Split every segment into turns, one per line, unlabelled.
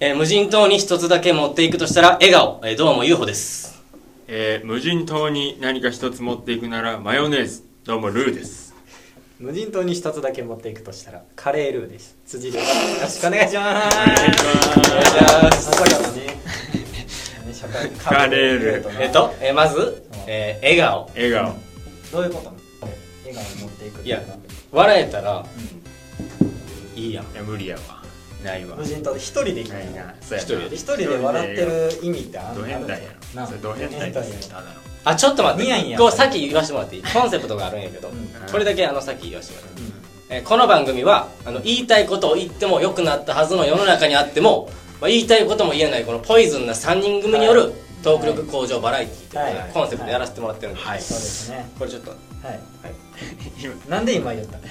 えー無人島に一つだけ持っていくとしたら、笑顔、えーどうも UFO です。
えー無人島に何か一つ持っていくならマヨネーズどうもルーです
無人島に一つだけ持っていくとしたらカレールーです辻ですよろしくお願いします
お願いします
まさかのねね社会
カレールー
えっと、えーまず、えー笑顔。
笑顔
どういうことなの笑顔を持っていくって
いうや
のは、
笑えたら、いいやん。
いや無理やわないわ
無人島で一人で行く
ないなそうやな
一人で
一人で笑ってる意味ってあん
ド
の
変態やろ
なあ
それド変態
ド
で
変
す
態や
ただの
あ、ちょっと待って。
ニヤニヤ
こうさっき言わせてもらっていいコンセプトがあるんやけど、
ん
これだけあの、さっき言わせてもらっていい
うん
えーこの番組はあの言いたいことを言っても良くなったはずの世の中にあっても、まあ、言いたいことも言えないこのポイズンな3人組によ
は
るトーク力向上バラエティーというね
はい
コンセプトでやらせてもらってるんで、
はい
そうですね
これちょっと、うん
はい
今
なんで今言ったの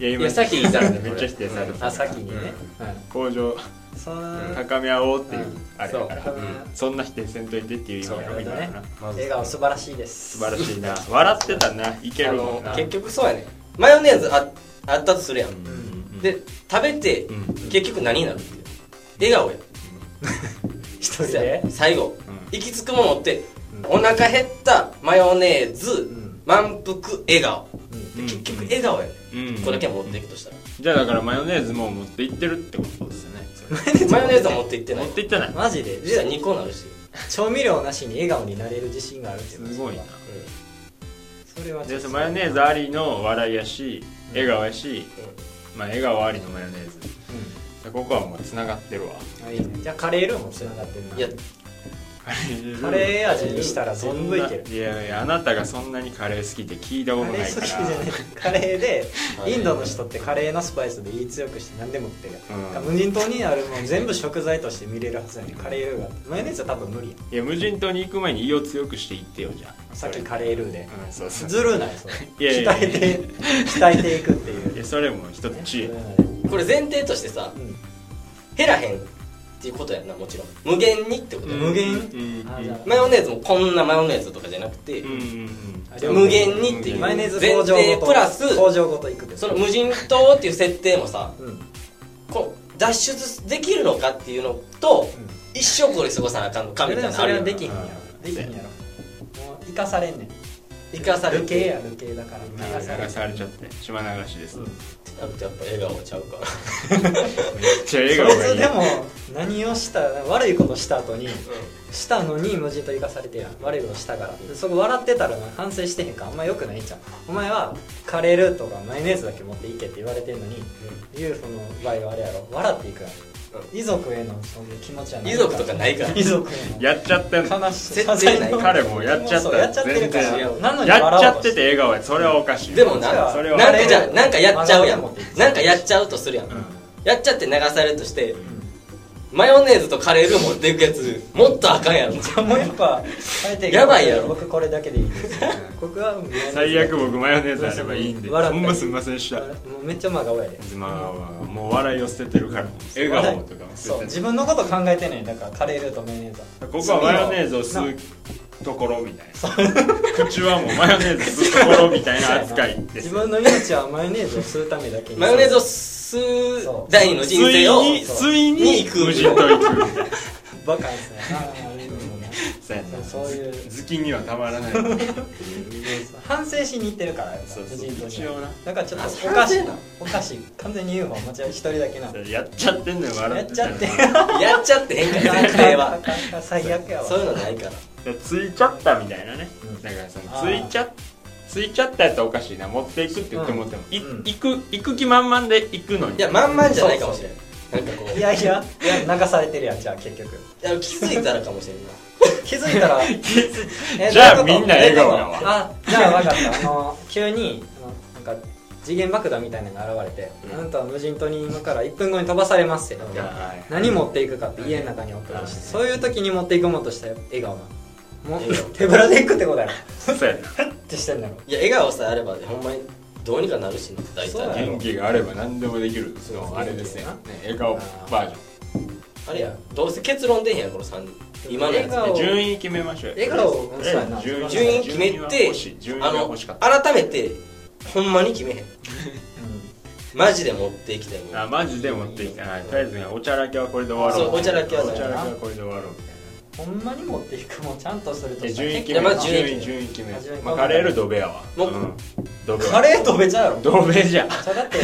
いや
いやさっき言ったらね
めっちゃ否定された
あ先にね
向上
うんその
高め合おうっていう
うん
あれだか
そ
ら
う
うんそんな否定せんといてっていう意味や
なる
ろ
ほど
今の
ね
な
笑顔素晴らしいです
素晴らしいな笑ってたないけ
あ
るも
の
んな
結局そうやねマヨネーズああったとするやん、
うんうん
で食べて、
うん
結局何になるっていう笑 顔や
一人で
最後、
うん
行き着くものって、お腹減ったマヨネーズ、
ん
満腹笑顔
うん
結局笑顔やね、
うん
ここだけは持っていくとしたら、
じゃあだからマヨネーズも持っていってるってことですよねそれ
マヨネーズは持っていってな
持
い
っていってない
マジで
実は2個なるし、
調味料なしに笑顔になれる自信があるっていうのは
すごいな
それは
でそのマヨネーズありの笑いやし笑顔やし、まあ、笑顔ありのマヨネーズここはもうつながってるわ
うんあいいねじゃあカレールーもつながってるない
や
カレー味にしたら
そ
全
ん
部
ない
ける
いやいやあなたがそんなにカレー好きって聞いたこ
カ
と
レ
ないか
ー好
ら
きじゃないカレーでインドの人ってカレーのスパイスで言い強くして何でも食ってるやん、
うん
無人島にあるもん全部食材として見れるはずやねんカレールーがマヨネーズは多分無理や
いや無人島に行く前に胃を強くしていってよじゃあ
んさっき
そ
カレールーで
れうんそうそう
ずるないそれ
いやいやいや
鍛えて鍛えていくっていう
いやそれも一つ知恵
これ前提としてさ減らへんっていうことやんなもちろん無限にってことやん
無限
うん
あじゃあ
マヨネーズもこんなマヨネーズとかじゃなくて、
うんうん
う
うんん
無限にっていう
マヨネーズ
前
工場
提
ごと
プラス
工場ごといくって
その無人島っていう設定もさ
うんうん
こう脱出できるのかっていうのと一生これ過ごさなあかんのかみたいなの
そ
あ
れ
るや
は
ん
できひんや
うん
ろできひんやろもう生かされんねん
生かされ
流
て
刑や流刑だから
流さ流
れ
されちゃって島流しです、
うん
めっ
ってなるとやっぱ笑顔ちゃうから
ちゃ笑
そ
顔が
れ
いい
でも何をした悪いことした後にしたのに無人島行かされてやん悪いことしたからでそこ笑ってたらな反省してへんからあんまよくないじゃんお前はカレールーとかマヨネーズだけ持っていけって言われてんのに UFO の場合はあれやろ笑っていくやん遺族へのそういう気持ちはない
遺族とかないから
遺族への
やっちゃってんの
悲しい
絶対ない
彼もやっちゃった
そうやっちゃってるか
全
ら
然
なのに
や
笑
っちゃ
お
っ
うと
て
して
笑顔やそれはおかしい
でもな
それは
なんかじゃ
あれ
なんかやっちゃうやん
まだまだ
なんかやっちゃうとするやん、
うん
やっちゃって流されるとして、マヨネーズとカレールー持っていくやつもっとあかんやろ
もうやっぱあえて
やばいやろ
僕これだけでいいです僕はもう
最悪僕マヨネーズあればいいんで
笑っ
ほ
た
んますんませんでした
もうめっちゃ真顔やで
まあもう笑いを捨ててるから笑顔とかも捨
そう
てて
自分のこと考えてないだからカレールーとマヨネーズは
るここはマヨネーズを吸うところみたいな口はもうマヨネーズ吸うところみたいな扱いです
自分の命はマヨネーズを吸うためだけに
マヨネーズを吸う
そう
第二の人生を
ついにつ
に
いに
行く
無人島行く
バカですねあーいいのね
そうやな
そういう
好きにはたまらない
反省しに行ってるからやっぱ
そう
無
そう
人島に
一応な
だからちょっと
あ
おかし
反省
い
なの
おかしい完全に UFO 持ち上げ一人だ けな
やっちゃってんのよ笑
やっ
って
ちゃって
たの
やっちゃってへんから絶対は
最悪やわ
そういうのないから
でついちゃったみたいなね、
うん
だからその
あ
つ
ー
いちゃついちゃったやったらおかしいな持っていくって言ってもっても、い
うん
行く行く気満々で行くのに
いやまんまんじゃないかもしれんなんかこう
いやいやいや流されてるやんじゃあ結局
いや気づいたらかもしれんな
気づい たらえ
じゃあ
どういうこと
みんな笑顔やわ
あじゃあ分かったあの急にあのなんか次元爆弾みたいなのが現れて、
うん
あなたは無人島に今から1分後に飛ばされますよ、
じゃあはい
何持っていくかって家の中におったら、
うん
そういう時に持っていくものとしては笑顔なのも
笑顔
う手ぶらでいくってことやろ
そうやな
ってしてんだろ
いや笑顔さえあればほんまにどうにかなるしな大
そうだ
体
よ
元気があれば何でもできるそ
そう
のあれですね
元
ね笑顔バージ
あれやどうせ結論出へんやんこの3人今のやつ
笑
ョンで順位決めましょうよ
笑顔
とりあえず
そうやな
順位
順位決め
順位は
て
欲しい順位
あ
が
の
欲しかった
改めてほんまに決めへん
う
マジで持っていきたいも
あ
の
マジで持っていたはいとりあえずねおちゃらけはこれで終わろう
そうおちゃらけはそう
おちゃらけはこれで終わろうみたいな
ほんまに持っていくもんちゃんとすると
で
した
順
ら
位決
いや
め、
まず
順
順
位
位
順位決め
あ順位
まあカレールドベアは
もう
ドベア
カレーとべちゃうやろ
ドベじゃん
そうだって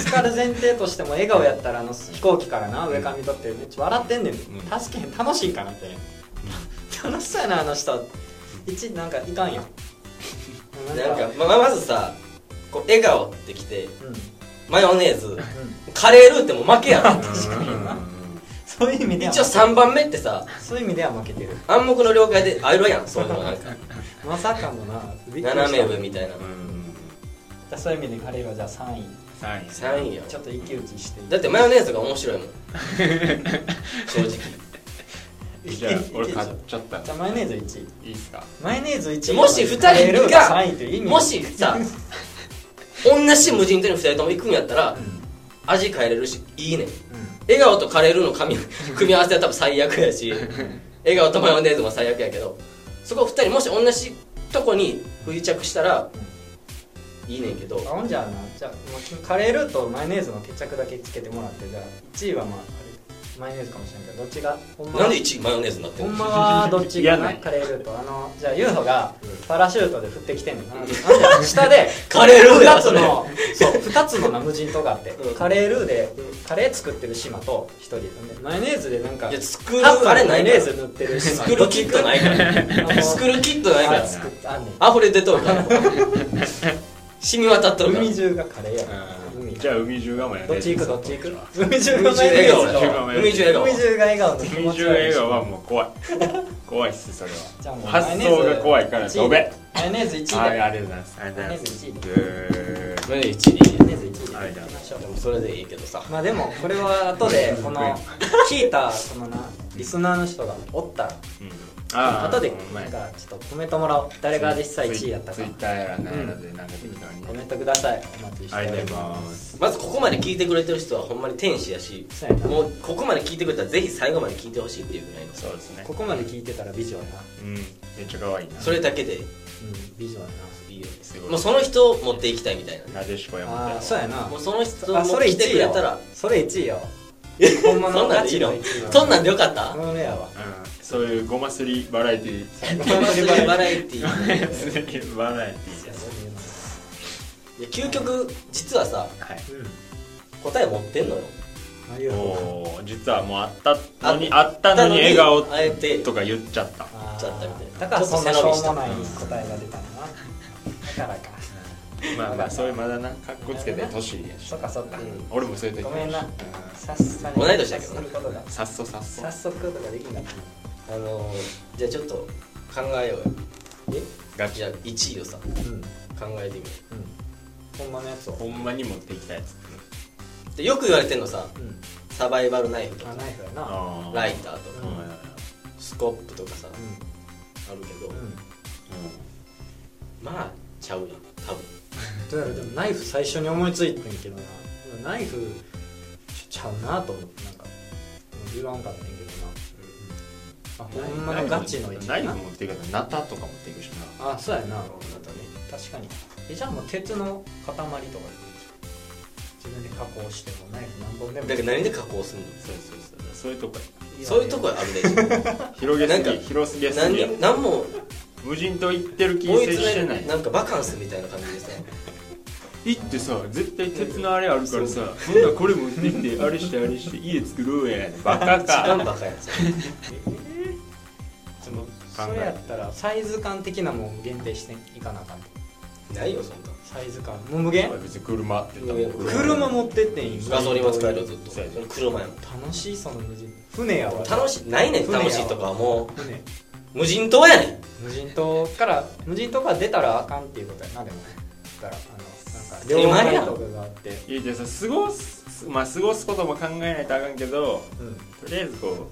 助かる前提としても笑顔やったらあの飛行機からな上から見とってめっちゃ笑ってんねん、
ん
助けへん楽しいんかなって、楽しそうやなあの人一なんかいかんよ
なんか、まあ、まずさこう笑顔ってきて
うん、うん、
マヨネーズカレールーってもう負けやん
確かにな
うん
そういう意味では
一応3番目ってさ
そういう意味では負けてる
暗黙の了解であるやんそういうのなんか
まさかのなびっくりした
斜め上みたいな
うん
じゃあそういう意味でカレーはじゃあ3位
3位
3位やん
ちょっと一騎打ちしていい
だってマヨネーズが面白いもん正直
じゃあ俺買っちゃった
じゃあマヨネーズ1位
いいっすか
マヨネーズ1位
もし二人が
カレールー3位という意味
もしさ同じ無人島に2人とも行くんやったら
うん
味変えれるしいいねん
う
笑顔とカレールーの組み組み合わせは多分最悪やし笑顔とマヨネーズも最悪やけどそこ2人もし同じとこに不時着したらいいねんけど
んあほんじゃあなじゃあもうカレールーとマヨネーズの決着だけつけてもらってじゃあ1位はまああれマヨネーズかもしれんけどどっちがほんまは
なんで1位マヨネーズになって
ほ
んの
んまはどっちが
嫌な
なん
や
カレールーとあのじゃあユーホが
うん
パラシュートで振ってきてんのかななんか下で
カレールーや
2つ
それ
のそう2つのな無人島があって
うん
カレールーで
う
カレー作ってる島と1人でマヨネーズでなんか
いや作る
カップ
あれない
マ
か
ヨネ
ら
ーズ塗ってる島
作るキットないから
あの
作るキットないか
あ
ら
作ってあんねん
溢れ出とるから染み渡っとるから
海中がカレーやん
うん
海
じゃあ海中がマヨネーズ
どっち行くどっち行く海中が
海中笑顔
だよ
海中笑顔
海中が笑顔の気持
海
ち
中
悪い
映画はもう 怖い怖いっすそれ
じゃあもう
は発想が怖いからドベ
マヨネーズ1
は
位
い
で
ありがとうございますありがとうございます
マヨネ
えー
マヨネーズ1位でいいね
マヨネーズ1
は
位
い
でいきましょう
でもそれでいいけどさ
まあでもこれは後でこの聞いたこのなリスナーの人がおったら
うんあー
後で
ほんま
な
や
んかちょっとコメントもらおう誰が実際1位やった
ツ
か
イッターやらなんやらでなんか適当に
コメントくださいお待ちして
あり
お
がとう
り
ござい
ま
ます
まずここまで聞いてくれてる人はほんまに天使やし
すそうやな
もうここまで聞いてくれたらぜひ最後まで聞いてほしいっていうぐらいの
そうですね
ここまで聞いてたら美女やな
うんめっちゃ可愛いな
それだけで
うん美女や
いいよね
すごい
もうその人を持っていきたいみたいなね
なでしこやもん
なあーそうやな
もうその人
あ
も
それ
来て
1
く
位
れ
よ
たら
それ1位よ本物
そ
の
んな
ガ
んでい
チ
いの
の1位は
そんなんでよかった
このレアは
うんそういうごますりバラエティー
ママスリバラエティ
ごま
ー
すりバラエティーです
いや究極実はさ
はい
答え持ってんのよ
ああいうの
おー実はもうあったのにあったのに笑顔
あえて
とか言っちゃった
あー
ちょっとみたいな
だからそんなしょうもない答えが出たんだなだからか
まあまあそういうまだな格好つけて年やし
そっかそっか、
うん
俺もそういう時
ごめんな
うん
さっさ
同い年だけどな
な
さっそさっそ
早速とかできんかった
あのーじゃあちょっと考えようよ
ガ
じ
チ
ゃあ1位をさ考
うんうん
えてみよ
ほんまのやつを
ほんまに持っていきたいやつ
うでよく言われてんのさ
うん
サバイバルナイフと
あ
か
ナイフやな
あー
ライターと
う
か
んうん
スコップとかさ
う
あるけど
んうん
まあちゃうやん多分
どうやらでもナイフ最初に思いついてんけどなでもナイフちゃうなと思ってなんか言わんかったんやけどな、あほんまのガチの位置
ナイフ
な
持っていくからナタとか持っていくしな
あそうやな
あなたね
確かにえじゃあもう鉄の塊とかでもいいじゃん自分で加工してもナイフ何本でも
だから何で加工すんの
そうそうそうそういうとこや
や
そういうとこあるでしょ
広げす
なん
ぎ
か
広すぎやす
何
ぎや
に何も
無人島行ってる気
追い
せ
詰
してな
め
い
るなんかバカンスみたいな感じで さ
行ってさ絶対鉄のあれあるからさほんならこれ持ってきてあれしてあれして家作ろうやバカ
時間
か
バカやんそれ
その考
それやったらサイズ感的なもん限定していかなあかんと
ないよそんな
サイズ感もう無限
別に車って言ったもん
車持ってってん
ガソリンも使えるよずっと
そうやで
その車やもん
楽しいその無人船やわ
楽しいないねん楽しいとかはも
船
う無人島やねん
無人島から無人島から出たらあかんっていうことやなでもだからあ
手
のなんか
前
両
や
方
ん
とかがあって
いやじゃあさ過ごすまあ過ごすことも考えないとあかんけど
うん
とりあえずこ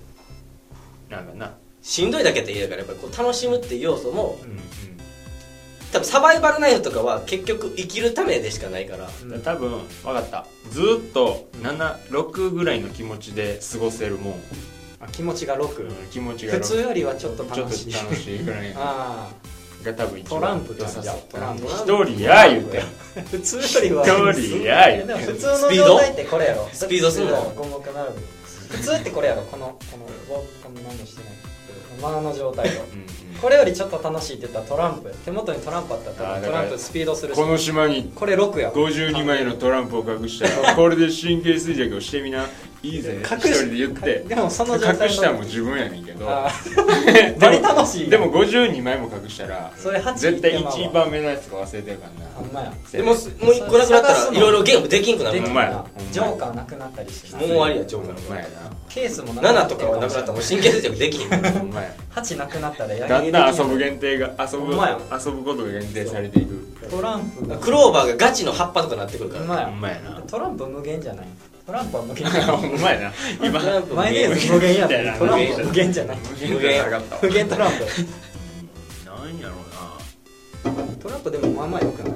うなんかな
しんどいだけって言うからやっぱりこう楽しむっていう要素も
うん
多分サバイバルナイフとかは結局生きるためでしかないから
うん多分分かったずーっと76ぐらいの気持ちで過ごせるもん、
あ気持ちが6
うん気持ちが
普
6
通よりはちょっと
ちょっ
楽しい
と楽しいぐらい
あ
が多分一
トラン
番
プ
良さ
じゃ
そ
ん
う
トランプ
一人や言うて
普通よりは
一人や
いやでも
言
普
う
通
て
の状態ってこれやろ
スピードスピードすんの
五目並び普通ってこれやろこのこのこの何もしてない間の状態よ
うんうん
これよりちょっと楽しいって言ったらトランプ手元にトランプあったら
あーだ
多分ト
から
ランプスピードするし
この島に
これ6や
52枚のトランプを隠したらこれで神経衰弱をしてみないいぜ一
隠
人
し
で言って
でもその
隠
状態の
したんも自分やねんけど
あーバリ楽しい
でも52枚も隠したら
それ8
絶対
いけまあ
一番目のやつが忘れてるからな
あんまや
でももう来なくなったらいろいろゲームできんくな
で
る
き
も
ほ
ん
ん
う
ま
な
や
ジョーカーなくなったりして
終わりやジョーカ
ほんまや
ー
ケースもなくな
7
って
と
る
かはなくなったらもう神経衰弱できん
なほんまや
8なくなったらや
だん
り
だん遊ぶ限定が遊ぶ
ほんまや
遊ぶことが限定されていく
トランプが
クローバーがガチの葉っぱとかなってくるか
ほん
ら
まや
ほんまやな
トランプ無限じゃないトランプは無限じ ゃない
ほんまやな今
トランプ
マヨネーズ無限や
みたいな
ねトランプは無限じゃない
無
無
限
限上がったわ
無限トラン
なんやろうな
プトランプでもまあまあよくない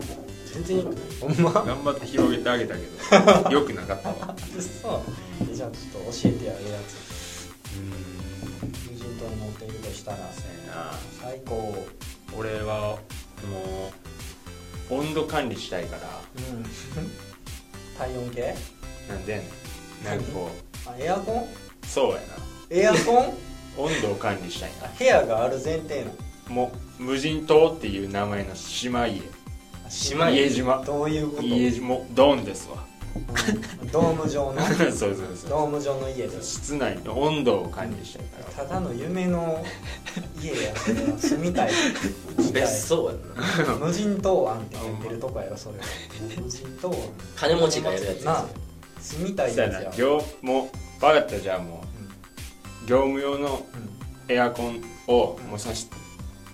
全然
ほんま
頑張って広げてあげたけどよくなかったわ
そうじゃあちょっと教えてやるやつ
うん
無人島に持っているとしたら最高
俺はもう温度管理したいから
うん体温計
なんでやねんなんかこ
あエアコン
うそうやな
エア コン
温度を管理したいな
部屋がある前提な
もう無人島っていう名前の島家
島家
家島
どういうこと
家島もうドンですわ
うんドーム状の
そうそうそう
ドーム状の家です
室内の温度を管理したいから
ただの夢の家やそれは住みたい行きた い
別荘やな
無人島案って言ってるとこやろそ れは無人島案
金持ちがやるやつ
な
や
あ住みたい
そうや
やつ
な
や
業もう分かったじゃあもう業務用のエアコンをもうさし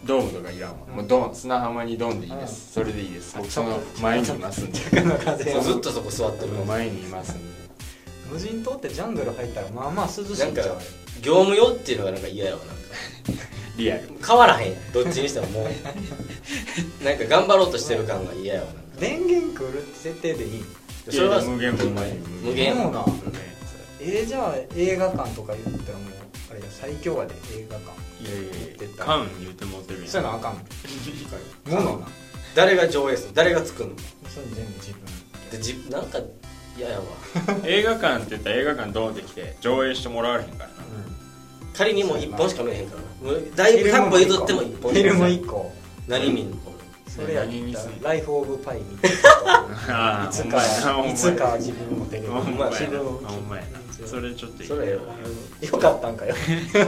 ドームとかいらんわ、
うん
もうドン砂浜にドンでいいです、それでいいです僕その前にいますんで
逆の風
つ
を
ずっとそこ座って
そ
る
の前にいますんで
無人島ってジャングル入ったらまあまあ涼しいんちゃ
なん
う
か業務用っていうのがなんか嫌やわなんか
リアル
変わらへんやんどっちにしてももう なんか頑張ろうとしてる感が嫌やわなんか
電源来る設定でいい
それは
無限も前に
無限
そうな
無限
えー、じゃあ映画館とか言ったらもうあれや最強やで映画館
いやいやいや缶言うてもうてるやん
そういうのあかんものな
誰が上映する誰が作るの
そういうの全部自分
でじなんか嫌やわ
映画館って言ったら映画館ドンってきて上映してもらわれへんからな
仮にもう1本しか見えへんからなもうだいぶ100歩譲っても1本
フィルム1個
何見んのこ
それやっ
何に
た
す
ら
んの
ライフ・オブ・パイみたいな
あ
い
ー
つ
ほんまやなほんま
か
や
いつか自分も出る
ほんまやな
自分を
ほんまやなそれちょっと
れ
いい
それええわ
よかったんかよ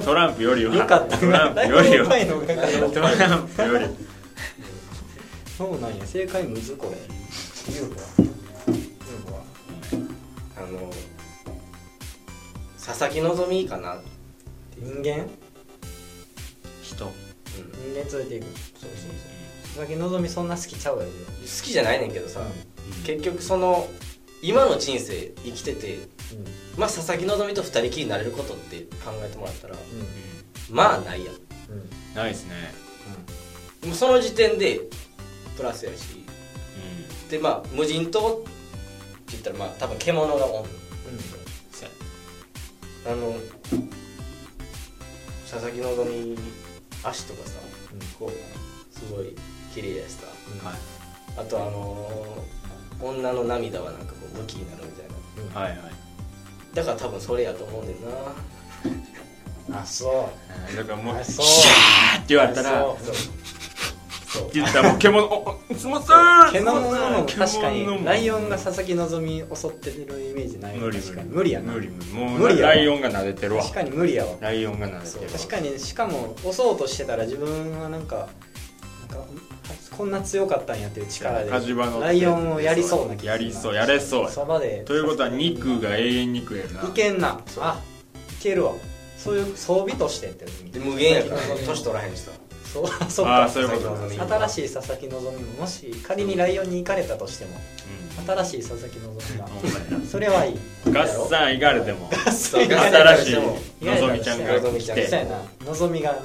トランプよりは
よかったんか
トランプよりは
ライフオブパイの方が
トランプより
そうなんや正解むずこれ UFO は UFO は
あの佐々木希かな、うん、
人間
人
人間連れてい
そうそうそ
く
う
佐々木のぞみそんな好きちゃうやろ
好きじゃないねんけどさ、
うん
結局その今の人生生きてて
うん
まあ佐々木希と二人きりになれることって考えてもらったら
うん
まあないやん
うんうん
ないですね
もうその時点でプラスやしでまあ無人島って言ったらまあ多分獣がおん
う
そうや
あの佐々木希足とかさ
ん
こうすごい綺麗やしさ
はい
あとあのー女の涙はなんかこう武器になるみたいな
はいはい
だから多分それやと思うねんだよな
あそ
だからもう「
あ
シ
そう
ャー!」って言われたら
そう
そう
言ったらもう獣おおすいません
毛のもの
獣
も確
の
かにライオンが佐々木希襲ってるイメージない
無理
確
無
か
理
に無理やな
無理無理も
無
う
理やわ
ライオンが撫でてるわ
確かに無理やわ
ライオンが撫で
そ
て
う
るわ
確かにしかも押そうとしてたら自分はなんかなんかこんな強かったんやっていう力で
火事場の
ライオンをやりそうな気が
や
する
り
な
そうやれそうや
そばで
ということは肉が永遠に食えるない
けんな
そう
あいけるわそういう装備としてって
で無限やから年取らへんしさ
そうあそっ
あー
か
そういうこと
佐々木希
新しい佐々木希ももし仮にライオンに行かれたとしても
うん
新しい佐々木希が
ほんまや
それはいい
なガッサンいがれても
そう
いがれ
新しい
も
のぞみちゃんが
のぞみ
来
ちゃん
そうや
て
な望みがな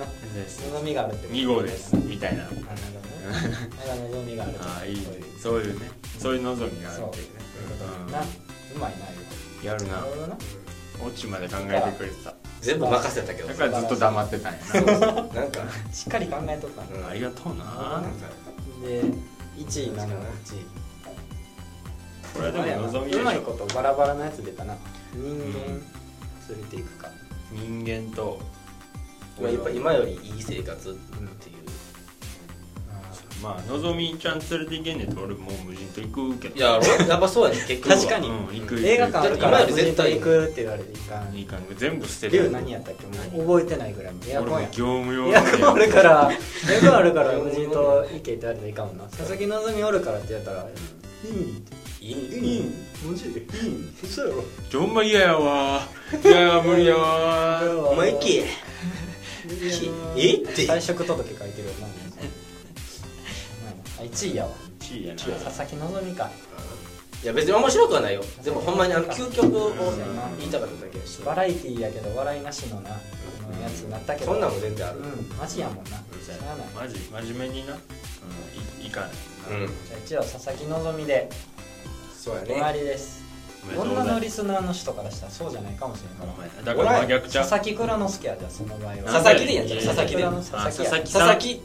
望みがあるってこと
2号ですみたいな
あなるほどねまだ望みがあると
ああいいね
そうい
そうい
う
うねそういう望みがあるっていうね
そういうことだなうまいなよ
やる
な
な
るほどな
オチまで考えてくれてた
全部任せたけど
だからずっと黙ってたんや
そうそうなんか、
しっかり考えとったんで
うん
なありがとうな
1位なの
これはでも望みで
う
し
まい
ょ
ことバラバラなやつ出たな人間
うん
連れていくか
人間と
まあ、やっぱ今よりいい生活っていう、
まあのぞみちゃん連れていけんねんと俺もう無人と行くけど
いや俺やっぱそうやね結局は
確かに
うん行く行く
映画館あるか
今
ら
より絶対
連れて行くって言われていかん
いいかん全部捨て
龍
る
何やったっけもう覚えてないぐらいエア
俺
コ
も
ン
業
や
務用
エアコンある からエアコンあるから
うん
無人と行けって言われていかんもんな佐々木希おるからって言ったら「いい」って
いい
「いい」マジで「いい」そうやろ
ほんま嫌やわいや無理やわ
お前行けえって
退職届書いてるよなあ1位やわ
1位やな
佐々木希か
いや別に面白くはないよでもほんまにあの究極を言いたかっただけやし
バラエティーやけど笑いなしのなやつになったけど
そんなんも全然ある
うんマジやもんな知らない
マジ真面目にな、うん、いいかない
うん
じゃあ一応佐々木希で
そうや
終わりです
おめでとうご
女
ざ
の
い
リスナーの人からしたらそうじゃないかもしれんから
ますだから真逆ちゃう
佐々木蔵之介やじゃあその場合は
佐々木でいいやんじゃあ
いや
佐々木で
蔵之
あ
佐々木
佐々木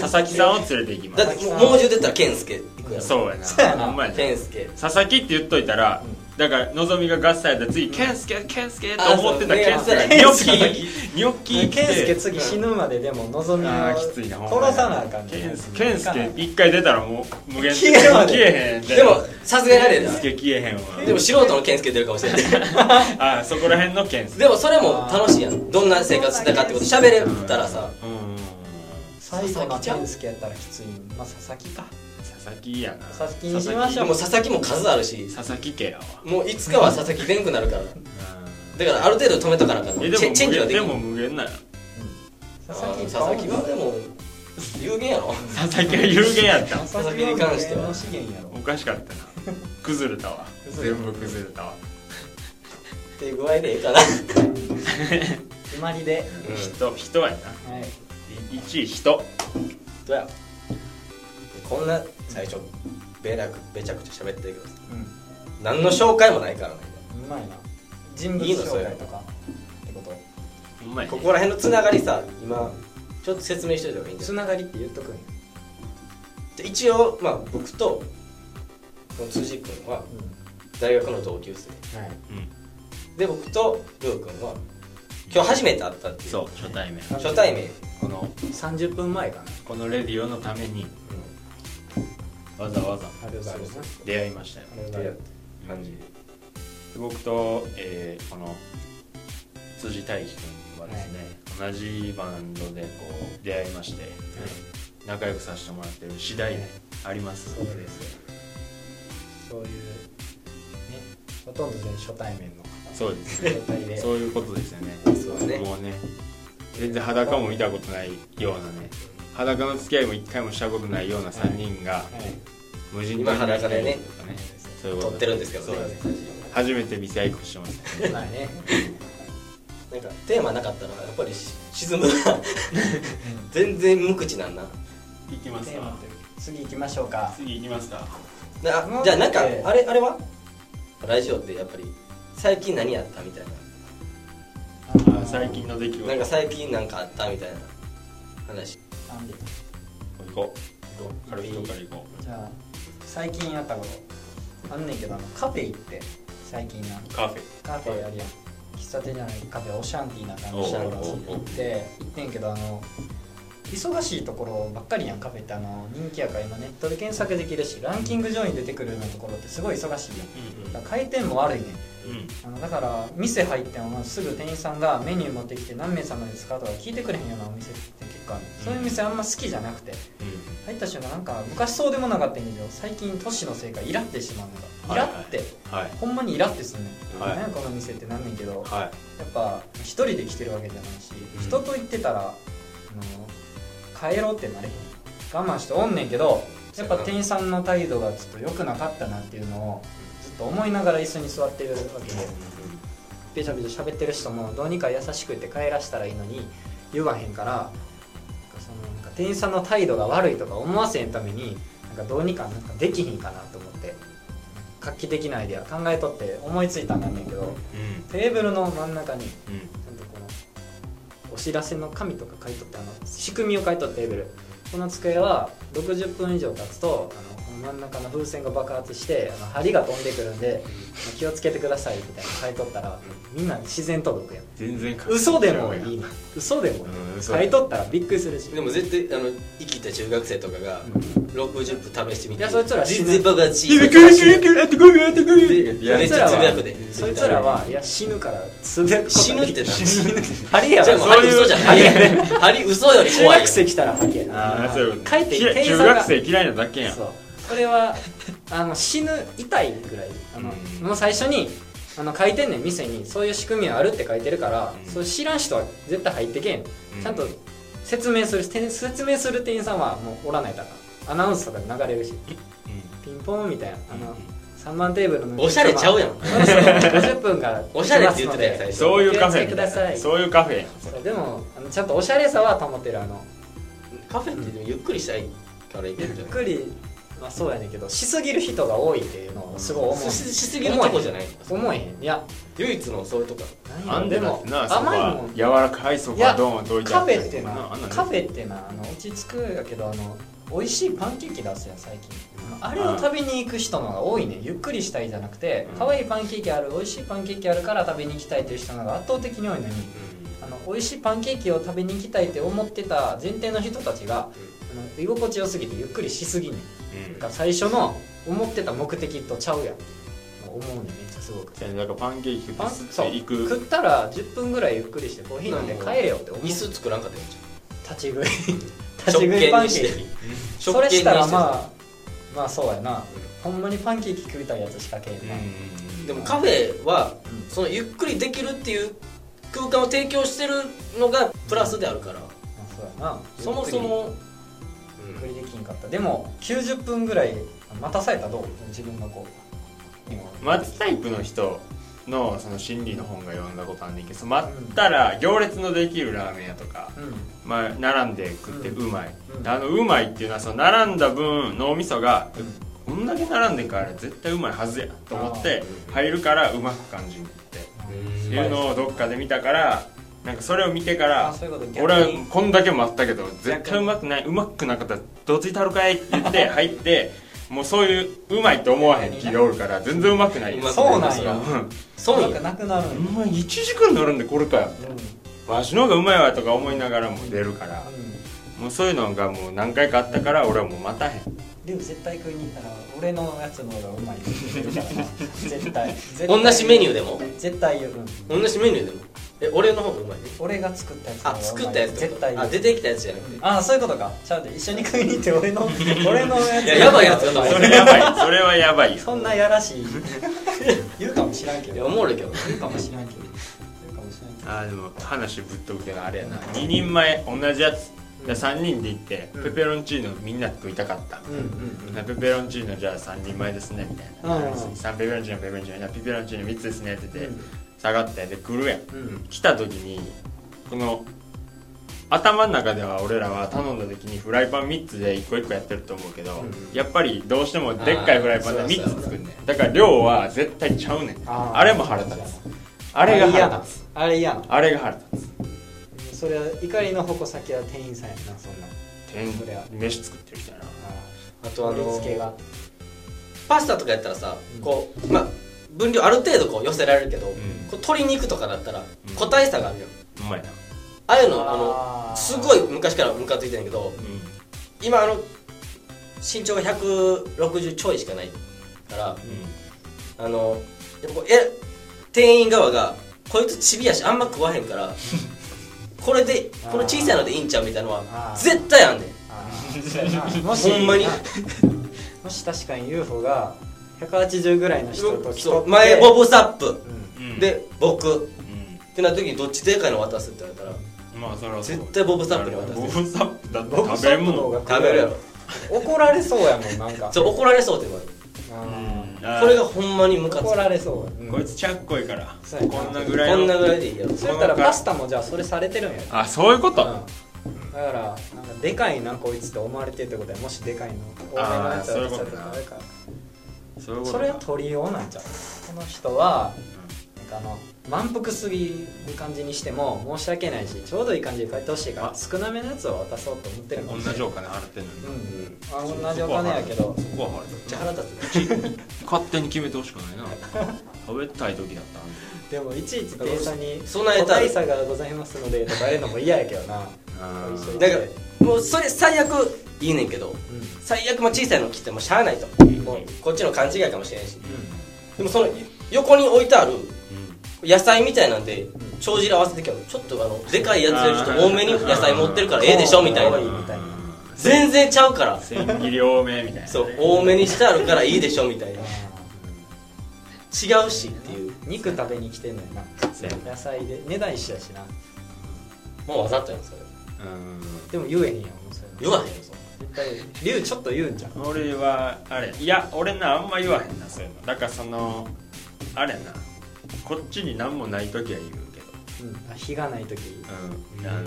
佐々木さんを連れて行きま
だ
す
ってもう猛獣出たら健介行くやろ
そうや
そうや
な
な
ほんまやな
健介
佐々木って言っといたら、
う
だからのぞみが合切やったら次「健介健介」と思ってた
あそう
健介
ね
ニョッキ
佐々木
ニョッキ来
や健介
て
次死ぬまででも望みを
あーき
殺
ついなほんまや
さなあかんね
健介健介一回出たらもう無限
消えるまで
消えへん
でもさすがにあれ
健
だ
介消えへんわ
でも素人の健介出るかもしれない
あーそこら辺の健 介
でもそれも楽しいやんどんな生活してたかってこと喋れたらさ
うん
最後
佐
の
々木ちゃん
健介やったらきついまあ佐々木か
佐々木やな
佐々木にしまし
で
ょう
も佐々木も数あるし
佐々木家やわ
もういつかは佐々木全くなるから
う
だからある程度止めとかなあかん
ん
の
え
チェンチェンジ
で
は
も
で
無限
き
で
ん
も無限なんや
佐々木
佐々木はでも有限やろ
佐々木は有限やった
佐々木に関しては資源やろ
おかしかったな崩れたわ
崩れ
全
た
部崩れたわ
って具合でええかな
決まりで
人人やな
はい
1位人
どうやこんな最初べらくべちゃくちゃ喋ってるけど
う
何の紹介もないからね
んうまいな人物
いいのそ
紹
れ
介とかってこと
うまい
ここら辺のつながりさ今ちょっと説明しといた方がいいんじゃ
つ
ない
ながりって言っとくんや
で一応まあ僕とこの辻君は大学の同級生
はい
うん
で僕とりょう君は今日初めて会ったっていう
そう初対面
初対面
この
30分前かな
このレディオのためにわざわざ
あるある
そうそ
出会いましたよ
な
出会っ
うん僕と、えーこの辻大輝君はですね、同じバンドでこう出会いまして、仲良くさせてもらってる次第であります、
そうですよそういうねほとんど全員初対 面の
そうですね
状態で
そういうことですよね
そうね
もうね全然裸も見たことないようなね裸の付き合いも一回もしたことないような3人が
はい
無人
今裸でね
とかそういうこ
撮
と
ってるんですけどね
そうです初めて見せ合いっこしてますね
まあね
なんかテーマなかったらやっぱりし沈むな全然無口なんな
行きます
テーマ
か
という次行きましょうか
次行きますか
なじゃあなんか
ええ
あれあれはラジオってやっぱり最近何やったみたい
あのー
最近の出来事
ななんか最近なんかあったみたいな話
なんで
行こう行こう軽い人から行こ
じゃあ最近やったことあんねんけどあのカフェ行って最近な
うカフェ
カフェやるやん喫茶店じゃないカフェオシャンティーな感じのところ行って行ってんけどあの忙しいところばっかりやんカフェってあの人気やから今ネットで検索できるしランキング上位に出てくるようなところってすごい忙しいやんだから回転も悪いねん
うんうん
あのだから店入ってもすぐ店員さんがメニュー持ってきて何名様ですかとか聞いてくれへんようなお店って結構あるそういう店あんま好きじゃなくて入った瞬間なんか昔そうでもなかったんやけど最近都市のせいかイラってしまうのがイラって、
はい
ほんまにイラってすんねん、
はい
なんやこの店ってなんねんけどや
は
っぱ一人で来てるわけじゃないし、
うん
人と行ってたらあの帰ろうってなれへん我慢しておんねんけどやっぱ店員さんの態度がちょっと良くなかったなっていうのをずっと思いながら椅子に座ってるわけでべちゃべちゃ喋ってる人もどうにか優しくて帰らしたらいいのに言わへんからなんかそのなんか店員さんの態度が悪いとか思わせへんためになんかどうにかなんかできひんかなと思って画期的なアイデア考えとって思いついたんだけど
うん
テーブルの真ん中に
うん
なんかこの知らせの紙とか書いとってあの仕組みを書いとったテーブルこの机は60分以上経つとあのこの真ん中の風船が爆発してあの針が飛んでくるんで気をつけてくださいみたいなの書いとったらみんな自然届くやん
全然か
嘘でもいいの嘘でもいい
うん嘘
書いとったらびっくりするし
でも絶対あの生きた中学生とかが60分試してみて
いやそいつら死
全
ぬ
然爆発し
びっくりするやってこいやってこい
でめっちゃつぶやくで
そいつらはいや死ぬからつぶやくこ と
死ぬってな
ハリや
じゃあ
ろ
もう
そ
ハ
う
リ
いう
嘘 じゃんハリハリ嘘より
中
怖い
学生来たらハリや
あ
な
あそういうこと
書いて
嫌い
店員
中
さん
学
が
生嫌いなだけやん
そうこれは あの死ぬ痛いぐらいあの、
うん
もう最初にあの書いてんねん店にそういう仕組みはあるって書いてるから、
うん
そう知らん人は絶対入ってけん、
ん
ちゃんと説明する店説明する店員さんはもうおらないからアナウンスとかで流れるしピンポンみたいなあの、3番テーブルの
おしゃれちゃうやん
50 分から
おしゃれって言ってたやん最初
そういうカフェやん
気をつけてください
そういうカフェやん
そうでもあのちゃんとおしゃれさは保てるあの
カフェってでもゆっくりしたいからいけるんじ
ゆ
ゃ
っ
ない
くりまあそうやねんけどしすぎる人が多いっていうのをすごい思
し
う
しすぎるとこじゃない
思えへんいや
唯一のそういうと こ
何
なんでだっ
も
てなそこ
甘いも
は
ん
柔らかいそこはドーンと置いてあ
カフ
る
ェってな
あんん
カフェってなあの落ち着くやけどあの美味しいパンケーキ出すやん最近あれを食べに行く人の方が多いねゆっくりしたいじゃなくて
うん
可愛いパンケーキある美味しいパンケーキあるから食べに行きたいという人の方が圧倒的に多いのにあの美味しいパンケーキを食べに行きたいって思ってた前提の人たちがあの居心地良すぎてゆっくりしすぎんねん
うん
なんか最初の思ってた目的とちゃうやん思うねんめっちゃすごく
そうやねだからパンケーキ食
パン
って行く
食ったら10分ぐらいゆっくりしてコーヒー飲んで帰れよって思う
椅
立
子作らんかったやんじ
ち食
ゃ
い
ん
立ち食いパンケーキ
キ
それしたら
あ
まあまあそうやなほんまにパンケーキ食いたいやつしかけえへんな、
でもカフェはそのゆっくりできるっていう空間を提供してるのがプラスであるから
まあ、そうやな
そもそも
ゆっくりできんかったでも90分ぐらい待たされたらどう自分がこう今
待つタイプの人のその心理の本が読んだことあんねんけどその待ったら行列のできるラーメン屋とか、
うん
まあ、並んで食ってうまい、
うん
あのうまいっていうのはその並んだ分脳みそが
うん
こんだけ並んでんから絶対うまいはずやと思って
あー
入るからうまく感じになってって
う
いうのをどっかで見たからなんかそれを見てか
あ
ら
そういうこと逆に
俺はこんだけ待ったけど絶対うまくないうまくなかったらどついたるかいって言って入ってもうそういううまいと思わへん気がおるから全然うまくない
まく
そう
な
ないんや
うん
損
なんか
や
なくなるん
お
や
前1時間乗るんでこれかよ
うんうん
わしの方がうまいわとか思いながらも出るからもうそういうのがもう何回かあったから俺はもう待たへん
でも絶対食いに行ったら俺のやつの方がうまいって言ってるからな絶対絶対
同じメニューでも
絶対言う、うん
同じメニューでもえ俺の方がうまいね
俺が作ったやつの方
あ
がうまい
作ったやつってこ
絶
と
対言う
あ出てきたやつじゃなくて
あそういうことかちゃうで一緒に食いに行って俺の 俺のやつ
いややばいやつだと思う
それや ばいそれはやばいよ
そんなやらしい言うかもしらんけ
いや
ど
おもろいけど
言うかもしらんけど言うかもしらんけど
あーでも話ぶっ飛ぶけどあれやな2人前同じやつ
うん
3人で行って
うん
ペペロンチーノみんな食いたかった
うんうん
ペペロンチーノじゃあ3人前ですねみたいな
うん
3ペペロンチーノペペロンチーノペペロンチーノ3つですねって言って
うん
下がってで来るやん
うん
来た時にこの頭の中では俺らは頼んだ時にフライパン3つで一個一個やってると思うけど、
う
やっぱりどうしてもでっかいフライパンで
あー
3
そう
つ
そうそう
作んねんだから量は絶対ちゃうねん
あ
あ
ー
れも腹立つあれが
嫌
腹
な
立つ
あれ嫌な
あれが腹立つ
それは怒りの矛先は店員さんやなそんな
天
そりゃ
飯作ってる人やな
あとあ
盛り
の
付けが
パスタとかやったらさ
うん
こうまあ分量ある程度こう寄せられるけどこう
ん
鶏肉とかだったら
うん
個体差があるよ
うまいな
ああいうのあの
あー
すごい昔からムカついてんやけど
う
今あの身長が160ちょいしかないから
ん
あのやっぱこうえ店員側がこいつちびやしあんま食わへんから これでこの小さいのでいいんちゃうみたいなの
あ
は
ー
絶対あんねん
あ ーそうやなもし
ほんまに
もし確かに UFO が180ぐらいの人
そ
と競っ
う
て
前ボブサップ
うん
うん
で僕
う
ってなった時にどっちでかいの渡すって言われたら
んまあそれはそう
絶対ボブサップに渡す
ボブサップだ
ボブ
って食
サ
べ
ップの方
物
が
食べるやろ
怒られそうやもんなんか
そう怒られそうって言われる
うん
これがほんまにムカつ
怒
く
られそう
こいつちゃっこいから
そうやな
こんなぐらい
こ
の
んなぐらいでいいやろ
そしたらパスタもじゃあそれされてるんや
あそういうこ
うんだ
と、
からなんかでかいなこいつって思われてるってことやもしでかいの多めの
あー
やつだと
そういうこと
されたらあれか
そういうこと
それは取りようなんちゃうこの人は
うん
かあの満腹すぎる感じにしても申し訳ないしちょうどいい感じで帰ってほしいから少なめのやつを渡そうと思ってるのか
同
もしれない
じお金払ってんのに、
うん、あ同じお金やけど
そこは払
ちゃ
っ
腹立つね
た勝手に決めてほしくないな食べたい時だったんで
でもいちいち店員さんに「
備え
個
たい
体差がございますので」とか言うのも嫌やけどな
あ
一緒
ー
に
だからもうそれ最悪いいねんけど
うん
最悪も小さいの切ってもしゃあないともうこっちの勘違いかもしれないしでもその横に置いてある
うん
野菜みたいなんで帳尻合わせてきゃちょっとあのでかいやつよりちょっと多めに野菜持ってるからええでしょみたいな
多いみたいな
全然ちゃうから
千切り多めみたいな
そう多めにしてあるからいいでしょみたいな違うしっていう
肉食べに来てんのよな
そう
野菜で値段一緒やしな
もうわざとやんそれ
う
でも言えへんやんもうそれ
言わへんよそれ
絶対龍ちょっと言うんじゃん
ん俺はあれいや俺なあんま言わへんなそういうのだからそのあれやなこっちに何もない時は言うけど
うんあ日がない時
うんあのね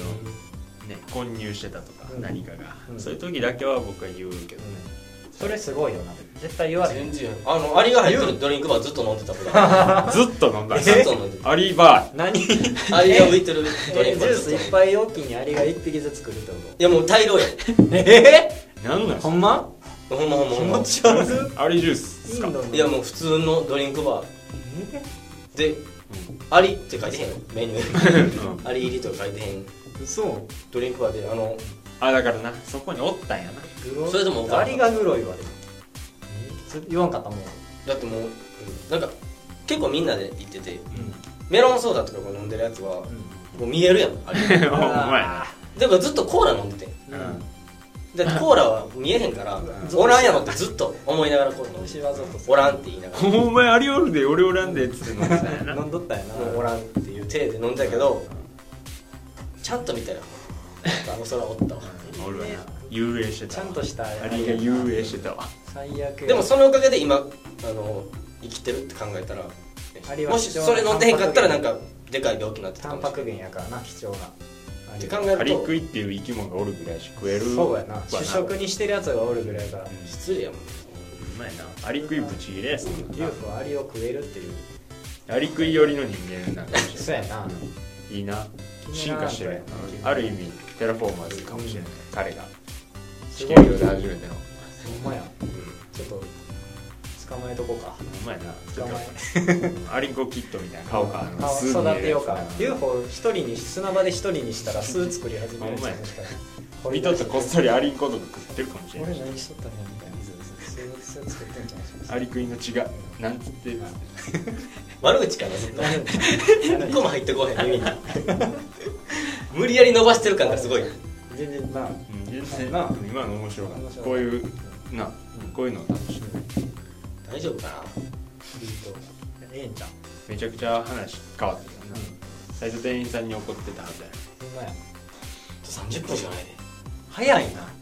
混入してたとか
うん
何かが、
うん
そういう時だけは僕は言うけどね、
それすごいよな絶対言われへん
全然あのアリが入ってるドリンクバーずっと飲んでたことあ
ずっと飲んだ
るずっと飲んで
アリバ
何
たアリが浮いてるドリ
え
ンク
ジ
バー
ュー
ずっと
ス
飲んで
一
たい
杯容器にアリが一匹ずつ来るってこ
やもう大量や
とえ
ーなんなん
えほんま
ほんまほんまほ
気
んま
持ち悪い
アリジュースっ
イ
す
ン
か
ドの
いやもう普通のドリンクバ
え
ーで
う
アリって書いてへんよメニューに
ん
アリ入りとか書いてへん
嘘
ドリンクバーであの
あだからなそこにおったんやな
グロ
それでも
アリがグロいわでもそれ言わんかったもん
だってもう、なんか結構みんなで行っててメロンソーダとかこう飲んでるやつはもう見えるやんあれ
お前な
だからずっとコーラ飲んでて
う
うんん
だってコーラは見えへん から
ん
おらんやろってずっと思いながらこう飲んで
虫はぞと
おらんって言いながら
お前アリおるで俺おらんでっつって飲んでたんやな
飲んどったやな
もうおらんっていう体で飲んだけどちゃんと見たらあの空おった わ
おるわな遊泳してた
ちゃんとした
アリが遊泳してたわ
最悪
でもそのおかげで今あの生きてるって考えたら
アリは
もしそれ飲んでへんかったらなんかでかい病気になってた
タ
か
ン
も
パ
し
ク源やからな貴重なア
れないっ
リ
て考え
ア
る
リク
と
イっていう生き物がおるぐらいし食える
そうやな主
う
食にしてるやつがおるぐらいやから
失礼やもんね
まいなアリクイぶち入れやすい
龍子はアリを食えるっていう
アリクイ寄りの人間なんかもし
そ
れ
うや
ない
な
うんいいな進化してるやんある意味テラフォーマーズかもしれない彼が地
す
球
ごい
上で初めての
ほんまやちょっと捕まえとこうか
うまいなちょ
捕
っ
まえ
とアリゴキットみたいな顔かあの
顔
巣に入
育
れ
て
るや
よ
つ
うか UFO 一人に砂場で一人にしたら巣作り始めるん
ほん
ちゃう
まや
これ
見とってこっそりアリンコとか食ってるかもしれな
俺
い
何しとったんやみたいな巣巣作ってんじゃない
アリクイの血がなんつって
悪口かなずっと一個も入ってこへん耳に無理やり伸ばしてる感がすごい
全然な
うん全然
な
今の面白か
面
っ
白
た
い
こういうなこういうの楽しい
大丈夫か
ええんちゃう
めちゃくちゃ話変わってるな最初店員さんに怒ってたはずや
ほんまや
な30分しかないで
早いな